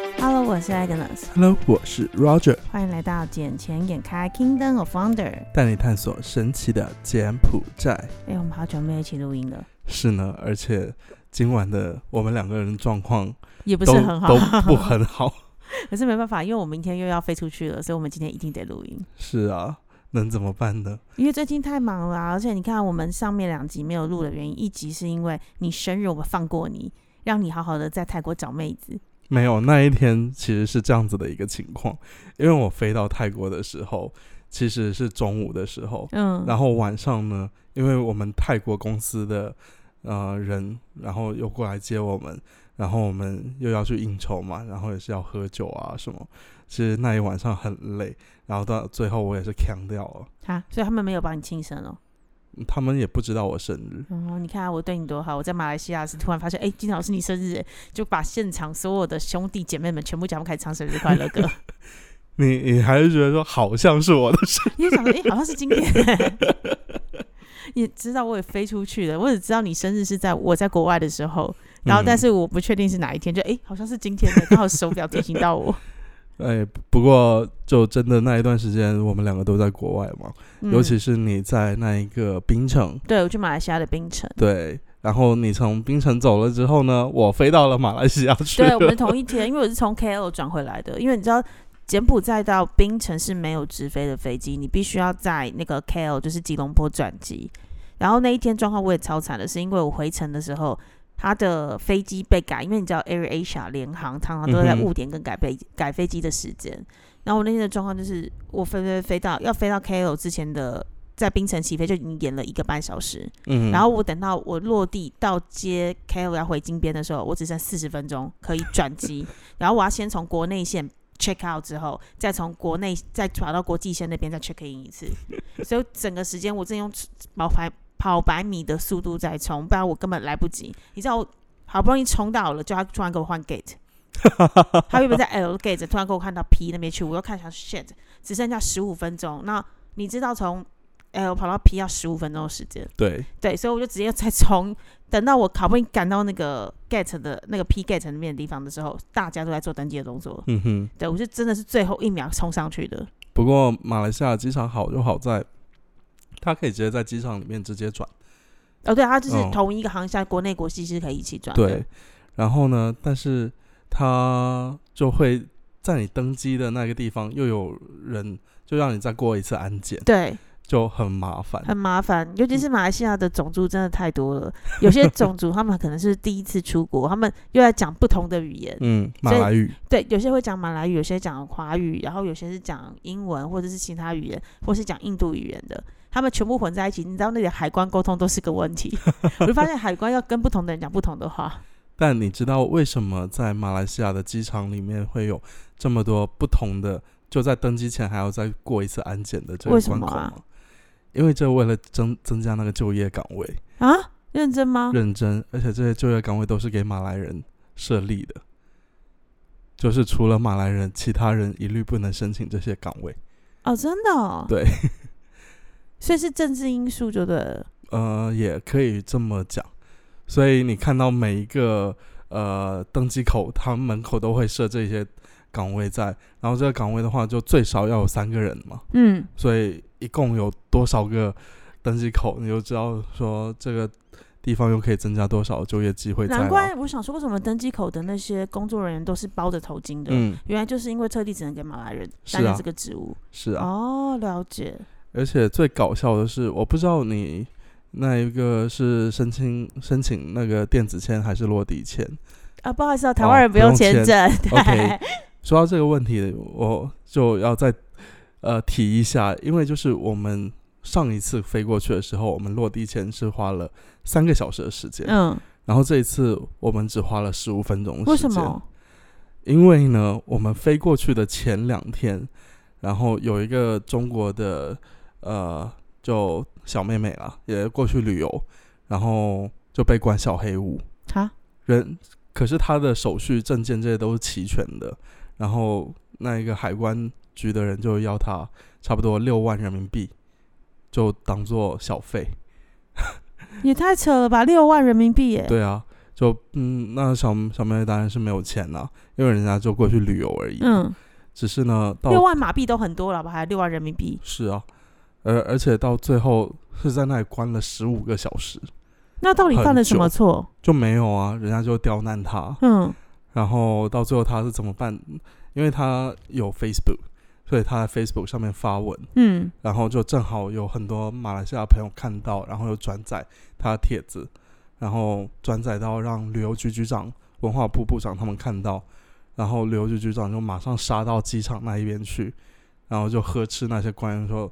是 Agnes， Hello，我是 Roger，欢迎来到《捡钱眼开 Kingdom of Wonder》。带你探索神奇的柬埔寨。哎，我们好久没有一起录音了，是呢，而且今晚的我们两个人状况也不都是很好，都不很好。 可是没办法，因为我明天又要飞出去了，所以我们今天一定得录音。是啊，能怎么办呢？因为最近太忙了啊、而且你看我们上面两集没有录的原因，一集是因为你生日，我们放过你，让你好好的在泰国找妹子。没有，那一天其实是这样子的一个情况，因为我飞到泰国的时候，其实是中午的时候，嗯，然后晚上呢，因为我们泰国公司的呃人，然后又过来接我们，然后我们又要去应酬嘛，然后也是要喝酒啊什么。其实那一晚上很累，然后到最后我也是扛掉了。啊，所以他们没有帮你庆生哦。他们也不知道我生日，哦，你看、啊、我对你多好！我在马来西亚是突然发现，哎、今天好像是你生日，哎就把现场所有的兄弟姐妹们全部叫他们开始唱生日快乐歌。你你还是觉得说好像是我的生日，因为想说，哎、好像是今天。 也知道我也飞出去了，我只知道你生日是在我在国外的时候，嗯然后但是我不确定是哪一天，就哎、好像是今天的，刚好手表提醒到我。嗯、哎，不过就真的那一段时间，我们两个都在国外嘛，嗯尤其是你在那一个槟城，对我去马来西亚的槟城，对，然后你从槟城走了之后呢，我飞到了马来西亚去了，对我们同一天，因为我是从 KL 转回来的，因为你知道。柬埔寨到槟城是没有直飞的飞机，你必须要在那个 KL，就是吉隆坡转机。然后那一天状况我也超惨的，是因为我回程的时候，他的飞机被改，因为你知道 Air Asia 联航常常都在嗯哼误点跟改飞、改飞机的时间。然后我那天的状况就是，我飞飞飞到要飞到 KL 之前的，在槟城起飞就已经延了一个半小时。嗯，然后我等到我落地到接 KL 要回金边的时候，我只剩四十分钟可以转机，然后我要先从国内线 check out 之后，再从国内再跑到国际线那边再 check in 一次，所以整个时间我正用跑百跑百米的速度在冲，不然我根本来不及。你知道我好不容易冲到了，就他突然给我换 gate。他原本在 L gate，突然给我看到 P 那边去，我又看想 shit，只剩下十五分钟。那你知道从 L 跑到 P 要十五分钟的时间，对，对，所以我就直接再从等到我好不容易赶到那个 gate 的那个 P gate 那边的地方的时候，大家都在做登记的动作。嗯哼。对，我就真的是最后一秒冲上去的。不过马来西亚机场好就好在，它可以直接在机场里面直接转。哦，对，它就是哦同一个航线，国内国际是可以一起转的。对，然后呢，但是它就会在你登机的那个地方又有人，就让你再过一次安检，对，就很麻烦。很麻烦，尤嗯其是马来西亚的种族真的太多了。有些种族他们可能是第一次出国，他们又在讲不同的语言。嗯，马所以来语，对，有些会讲马来语，有些讲华语，然后有些是讲英文或者是其他语言，或是讲印度语言的，他们全部混在一起，你知道那里海关沟通都是个问 题。我就发现海关要跟不同的人讲不同的话，但你知道为什么在马来西亚的机场里面会有这么多不同的，就在登机前还要再过一次安检的这为个什关么口啊吗？因为这为了增增加那个就业岗位。啊，认真吗？认真，而且这些就业岗位都是给马来人设立的，就是除了马来人，其他人一律不能申请这些岗位。哦，真的、哦，对，所以是政治因素就对了。呃，也可以这么讲。所以你看到每一个呃登机口，他们门口都会设这些岗位在，然后这个岗位的话，就最少要有三个人嘛，嗯，所以一共有多少个登机口，你就知道说这个地方又可以增加多少就业机会在难了。怪我想说，为什么登机口的那些工作人员都是包着头巾的？嗯，原来就是因为特地只能给马来人是担任啊这个职务。是啊。哦，了解。而且最搞笑的是，我不知道你那一个是申请申请那个电子签还是落地签。啊，不好意思、啊，台哦湾人不不用用签签证。 OK 说到这个问题，我就要再呃提一下，因为就是我们上一次飞过去的时候，我们落地签是花了三个小时的时间，嗯，然后这一次我们只花了十五分钟。为什么？？因为呢，我们飞过去的前两天，然后有一个中国的呃，就小妹妹啦，也过去旅游，然后就被关小黑屋。啊，人可是她的手续、证件这些都是齐全的，然后那一个海关局的人就要她差不多六万人民币，就当做小费。也太扯了吧！六万人民币耶！对啊，就嗯，那小小妹当然是没有钱了、因为人家就过去旅游而已。，嗯，只是呢，到六万马币都很多了吧？还六万人民币？是啊，而而且到最后是在那里关了十五个小时，那到底犯了什么很错？就没有啊，人家就刁难他，嗯，然后到最后他是怎么办？因为他有 Facebook，所以他在 Facebook 上面发文，嗯，然后就正好有很多马来西亚朋友看到，然后又转载他的帖子，然后转载到让旅游局局长、文化部部长他们看到，然后旅游局局长就马上杀到机场那一边去，然后就呵斥那些官员说，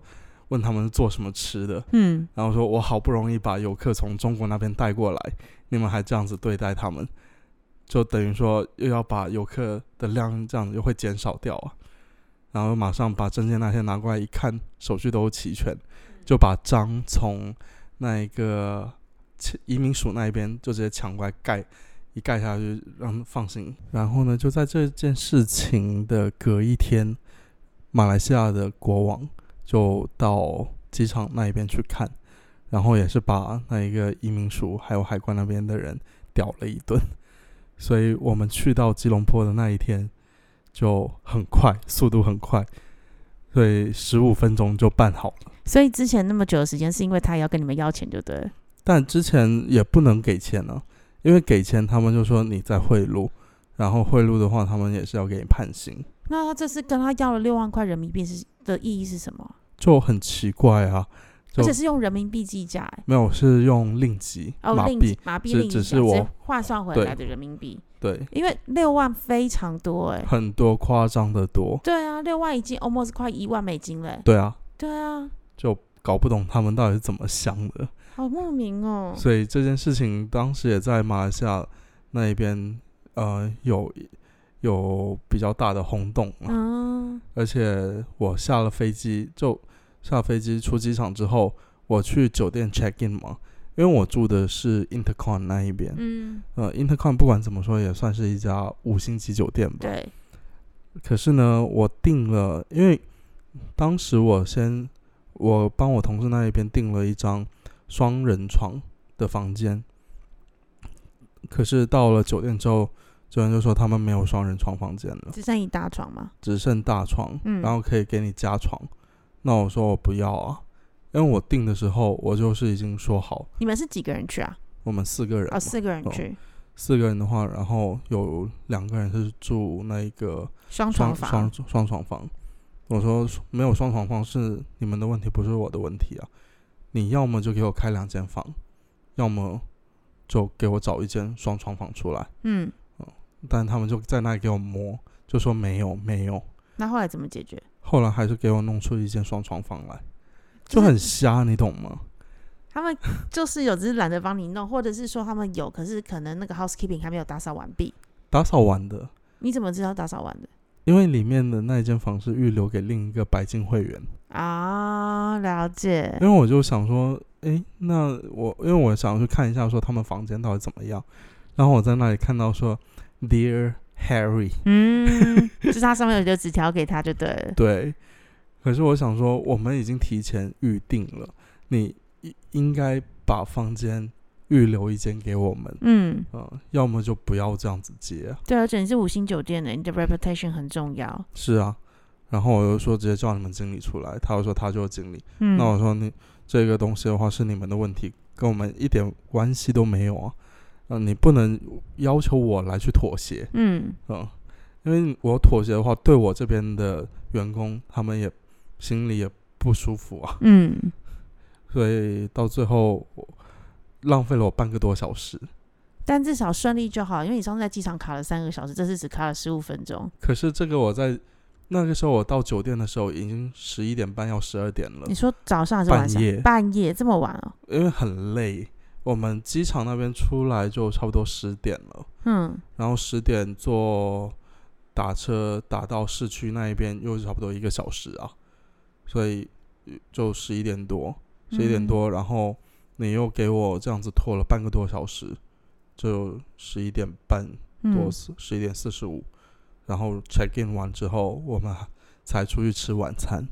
问他们是做什么吃的，嗯，然后说我好不容易把游客从中国那边带过来，你们还这样子对待他们，就等于说又要把游客的量这样子又会减少掉啊。然后马上把证件那些拿过来一看，手续都齐全，就把章从那一个切移民署那一边就直接抢过来盖，一盖下去让他们放心。然后呢，就在这件事情的隔一天，马来西亚的国王就到机场那一边去看，然后也是把那一个移民署还有海关那边的人屌了一顿。 所以我们去到吉隆坡的那一天就很快，速度很快，所以十五分钟就办好了。所以之前那么久的时间，是因为他也要跟你们要钱，就对了。但之前也不能给钱呢、因为给钱他们就说你在贿赂，然后贿赂的话他们也是要给你判刑。那他这次跟他要了六万块人民币是的意义是什么？就很奇怪啊，就而且是用人民币计价、欸，没有是用令吉、哦，马令币，马币只另一只是价我换算回对来的人民币，对，因为六万非常多哎、很多夸张的多，对啊，六万已经 almost 快一万美金了欸、对啊，对啊，就搞不懂他们到底是怎么想的。好莫名哦、所以这件事情当时也在马来西亚那一边，呃，有有比较大的轰动嘛。嗯，而且我下了飞机，就下飞机出机场之后，我去酒店 check in 嘛，因为我住的是 Intercon 那一边，嗯，呃，Intercon 不管怎么说也算是一家五星级酒店吧。对，可是呢，我订了，因为当时我先我帮我同事那一边订了一张双人床的房间，可是到了酒店之后，酒店就说他们没有双人床房间了，只剩一大床嘛。只剩大床，嗯然后可以给你加床。那我说我不要啊，因为我订的时候我就是已经说好你们是几个人去啊？我们四个人嘛，哦，四个人哦去，四个人的话，然后有两个人是住那个双床双房双。双床房。我说没有双床房是你们的问题，不是我的问题啊。你要么就给我开两间房，要么就给我找一间双床房出来。嗯，但他们就在那里给我磨，就说没有没有。那后来怎么解决？后来还是给我弄出一间双床房来，就就是很瞎，你懂吗？他们就是有，只是懒得帮你弄，或者是说他们有，可是可能那个 housekeeping 还没有打扫完毕。打扫完的，你怎么知道打扫完的因为里面的那一间房是预留给另一个白金会员。啊？了解。因为我就想说，诶，那我因为我想去看一下说他们房间到底怎么样，然后我在那里看到说，Dear Harry，嗯，就是他上面有一个纸条给他就对了。对，可是我想说，我们已经提前预定了，你应应该把房间预留一间给我们，嗯，嗯、要么就不要这样子接啊，对啊，而且你是五星酒店的，你的 reputation 很重要。是啊，然后我就说直接叫你们经理出来，他就说他就是经理，嗯，那我说你这个东西的话是你们的问题，跟我们一点关系都没有啊。嗯、你不能要求我来去妥协，嗯，嗯，因为我妥协的话，对我这边的员工他们也心里也不舒服啊，嗯，所以到最后我浪费了我半个多小时。但至少顺利就好，因为你上次在机场卡了三个小时，这次只卡了十五分钟。可是这个我在那个时候我到酒店的时候已经十一点半要十二点了你，说早上还是晚上？半夜半夜这么晚哦。因为很累，我们机场那边出来就差不多十点了。嗯，然后十点坐打车打到市区那一边，又是差不多一个小时啊，所以呃就十一点多，十一点嗯多，然后你又给我这样子拖了半个多小时，就十一点半多嗯，十一点四十五，然后 check in 完之后，我们还才出去吃晚餐，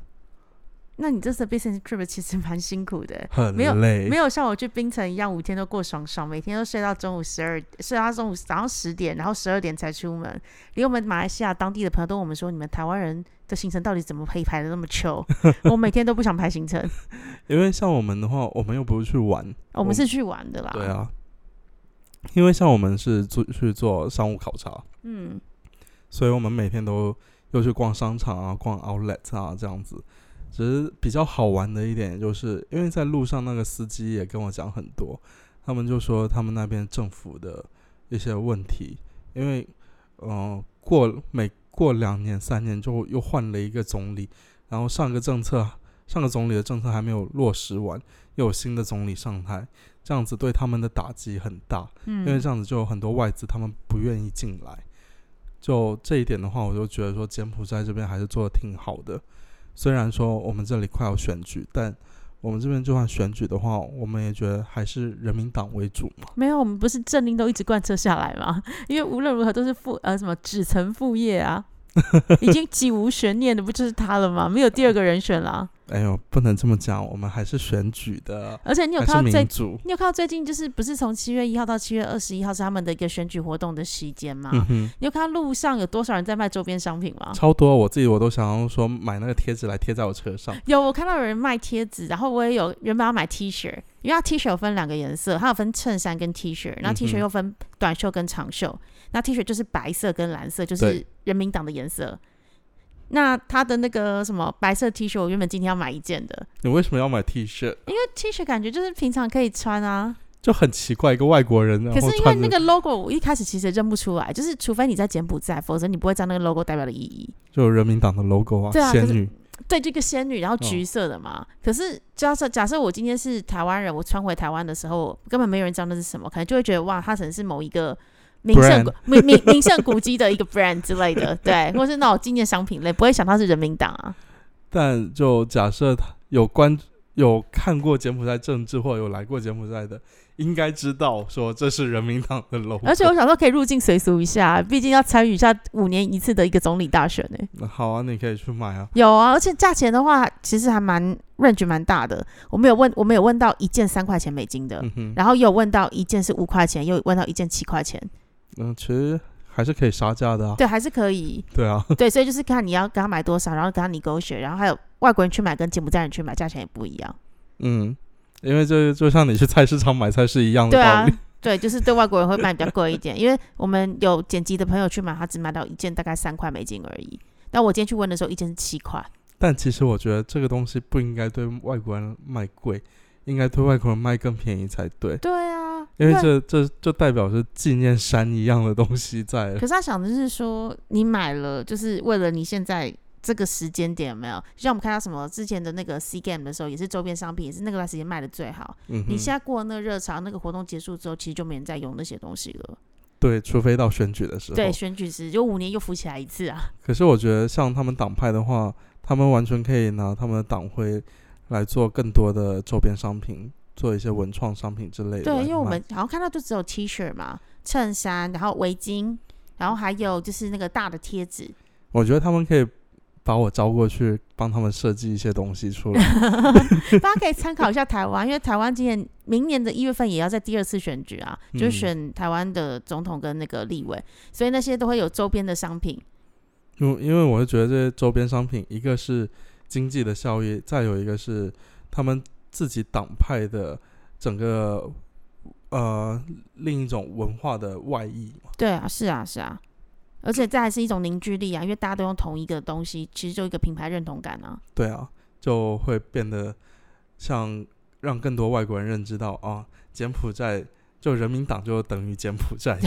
那你这次 business trip 其实蛮辛苦的，很没有累，没有像我去冰城一样五天都过爽爽，每天都睡到中午十二，睡到中午早上十点，然后十二点才出门。连我们马来西亚当地的朋友都问我们说，你们台湾人的行程到底怎么可以排的那么 chill？我每天都不想排行程，因为像我们的话，我们又不是去玩，我们是去玩的啦。对，啊，因为像我们是做去做商务考察，嗯，所以我们每天都又去逛商场啊、逛 outlet 啊这样子。只是比较好玩的一点，就是因为在路上那个司机也跟我讲很多，他们就说他们那边政府的一些问题，因为呃过每过两年三年就又换了一个总理，然后上个政策上个总理的政策还没有落实完，又有新的总理上台，这样子对他们的打击很大。嗯因为这样子就有很多外资他们不愿意进来。就这一点的话，我就觉得说柬埔寨这边还是做的挺好的。虽然说我们这里快要选举，但我们这边就算选举的话，我们也觉得还是人民党为主嘛。没有，我们不是政令都一直贯彻下来吗？ 因为无论如何都是副呃什么只曾副业 啊，已经几无悬念的不就是他了吗？没有第二个人选啦。哎呦，不能这么讲，我们还是选举的，而且你有还是看到最民主。你有看到最近就是不是从七月一号到七月二十一号是他们的一个选举活动的时间吗？嗯哼，你有看到路上有多少人在卖周边商品吗？超多，我自己我都想要说买那个贴纸来贴在我车上。有，我看到有人卖贴纸，然后我也有原本要买 T 恤，因为它 T 恤有分两个颜色，它有分衬衫跟 T 恤，然后 T 恤嗯哼又分短袖跟长袖，那 T 恤就是白色跟蓝色，就是对人民党的颜色。那它的那个什么白色 T 恤，我原本今天要买一件的，你为什么要买 T 恤？因为 T 恤感觉就是平常可以穿啊，就很奇怪，一个外国人然可后是因为穿那着个 logo 我一开始其实也认不出来，就是除非你在柬埔寨，否则你不会知道那个 logo 代表的意义。就有人民党的 logo 对啊仙可是女。对，这个仙女，然后橘色的嘛。可是假设假设我今天是台湾人，我穿回台湾的时候，根本没有人知道那是什么，可能就会觉得哇，它可能是某一个名胜 Brand 古名名名胜古迹的一个 brand 之类的，对，或是那种纪念商品类，不会想到是人民党啊。但就假设他有关有看过柬埔寨政治或有来过柬埔寨的，应该知道说这是人民党的 logo。而且我想说可以入境随俗一下，毕竟要参与一下五年一次的一个总理大选呢、好啊，你可以去买啊。有啊，而且价钱的话，其实还蛮 range 蛮大的。我们有问，我们有问到一件三块钱美金的，嗯哼，然后也有问到一件是五块钱，也有问到一件七块钱，嗯，其实还是可以杀价的啊。对，还是可以。对啊， 对，所以就是看你要跟他买多少，然后跟他 negotiate，然后还有外国人去买跟柬埔寨人去买，价钱也不一样。嗯，因为这就像你去菜市场买菜是一样的对道啊理。， 对，就是对外国人会卖比较贵一点，因为我们有剪辑的朋友去买，他只买到一件大概三块美金而已。但我今天去问的时候，一件是七块。但其实我觉得这个东西不应该对外国人卖贵，应该对外国人卖更便宜才对。对啊，因为这这就代表是纪念山一样的东西在了可是他想的是说，你买了就是为了你现在这个时间点有没有？就像我们看到什么之前的那个 C Game 的时候，也是周边商品，也是那个段时间卖的最好。嗯你现哼，在过了那个热潮，那个活动结束之后，其实就没人再用那些东西了。对，除非到选举的时候。对，选举时就五年又浮起来一次啊。可是我觉得像他们党派的话，他们完全可以拿他们的党徽来做更多的周边商品，做一些文创商品之类的来卖。对，因为我们好像看到就只有 T 恤嘛、衬衫，然后围巾，然后还有就是那个大的贴 纸。我觉得他们可以把我招过去，帮他们设计一些东西出 来。大家可以参考一下台湾，因为台湾今年明年的一月份也要在第二次选举啊，嗯就选台湾的总统跟那个立委，所以那些都会有周边的商品。因为因为我就觉得这些周边商品，一个是经济的效益，再有一个是他们自己党派的整个呃另一种文化的外溢嘛。对啊，是啊，是啊，而且这还是一种凝聚力啊，因为大家都用同一个东西，其实就一个品牌认同感啊。对啊，就会变得像让更多外国人认知到啊，柬埔寨就人民党就等于柬 埔寨。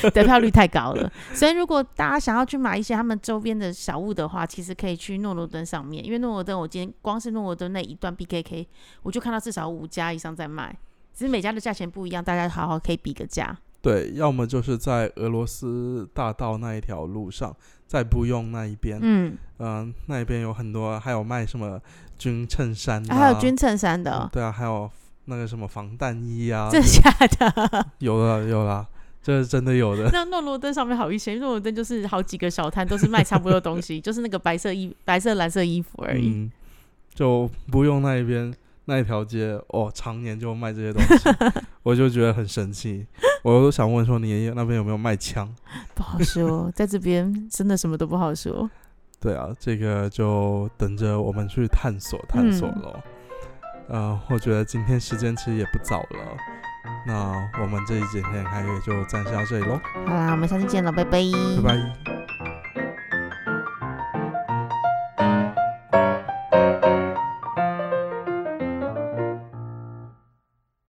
对， 得票率太高了。所以如果大家想要去买一些他们周边的小物的话，其实可以去诺罗登上面，因为诺罗登我今天光是诺罗登那一段 BKK，我就看到至少五家以上在卖，只是每家的价钱不一样，大家好好可以比个价。对，要么就是在俄罗斯大道那一条路上，在不用那一边，嗯、嗯，那一边有很多，还有卖什么军衬衫、啊，还有军衬衫的嗯哦，对啊，还有那个什么防弹衣 啊，真的假的？ 有的有啦，这是真的有的。那诺罗登上面好一些，诺罗登就是 好几个小摊都是卖差不多的东西，就是那个白色衣、白色蓝色衣服而已。嗯，就不用那一边那一条街哦，常年就卖这些东 西，我就觉得很神奇。我都想问说，你那边有没有卖枪？不好说，在这边真的什么都不好说。对啊，这个就等着我们去探索探索嗯咯。呃，我觉得今天时间其实也不早了，那我们这一节天开业就暂时到这里喽，好啦，我们下次见了，拜拜，拜拜。